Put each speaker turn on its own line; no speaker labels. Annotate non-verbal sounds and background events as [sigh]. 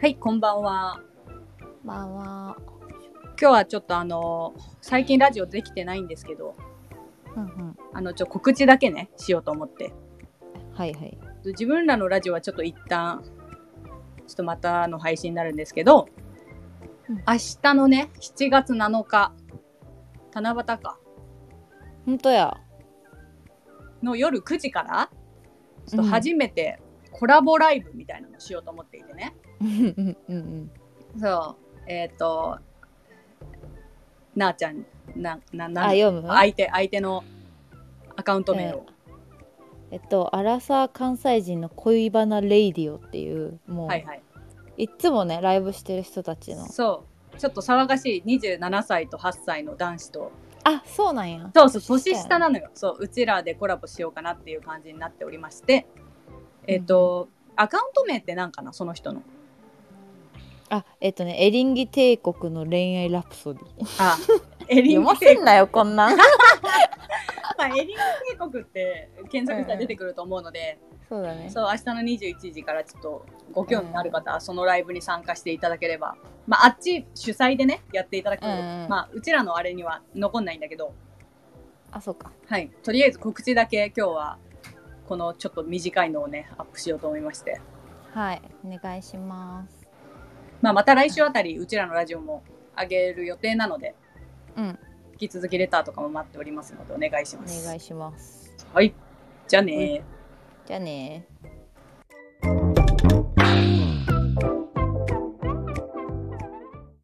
はい、こんばんは。
こんばんは。
今日はちょっとあの、最近ラジオできてないんですけど、
うんうん。
あの、ちょ、告知だけね、しようと思って。
はいはい。
自分らのラジオはちょっと一旦、ちょっとまたの配信になるんですけど、
うん
明日のね、7月7日、七夕か、
ほんとや。
の夜9時から、ちょっ
うん
と初めてコラボライブみたいなのをしようと思っていてね。
うんうんうん
そう、えっ、と、なあちゃん、な、な、
うん。
な
あ、、読む
相手、相手のアカウント名を。
えっと、アラサー関西人の恋バナレイディオっていう、もう、
はい
い
はい。
っつもね、ライブしてる人たちの。
そう。ちょっと騒がしい27歳と8歳の男子と、
あ、そうなんや。
そうそう、年
や
下なのよ。そう、うちらでコラボしようかなっていう感じになっておりまして、えっ、と、アカウント名って何かな、その人
[laughs]
の。
あ、えっとね、エリンギ帝国の恋愛ラプソディ。
あ、エリ
読
ン
ま
ギ
せ
帝
ん
国。
なよ、こんなん。
[laughs] まあエリンギ帝国って検索したら出てくると思うので、
[laughs] そうだね。
そう、明日の21時からちょっとご興味のある方はそのライブに参加していただければ、まあ、あっち主催でね、やっていただくので、
うんうん
まあ、うちらのあれには残んないんだけど、
あ、そうか。
はい、とりあえず告知だけ今日は、このちょっと短いのをね、アップしようと思いまして、
はい。お願いします。
まあ、また来週あたり、うちらのラジオも上げる予定なので、
うん。
引き続きレターとかも待っておりますので、お願いし
お
ます。
願いします。
はい、じゃあねー。
じゃあねー。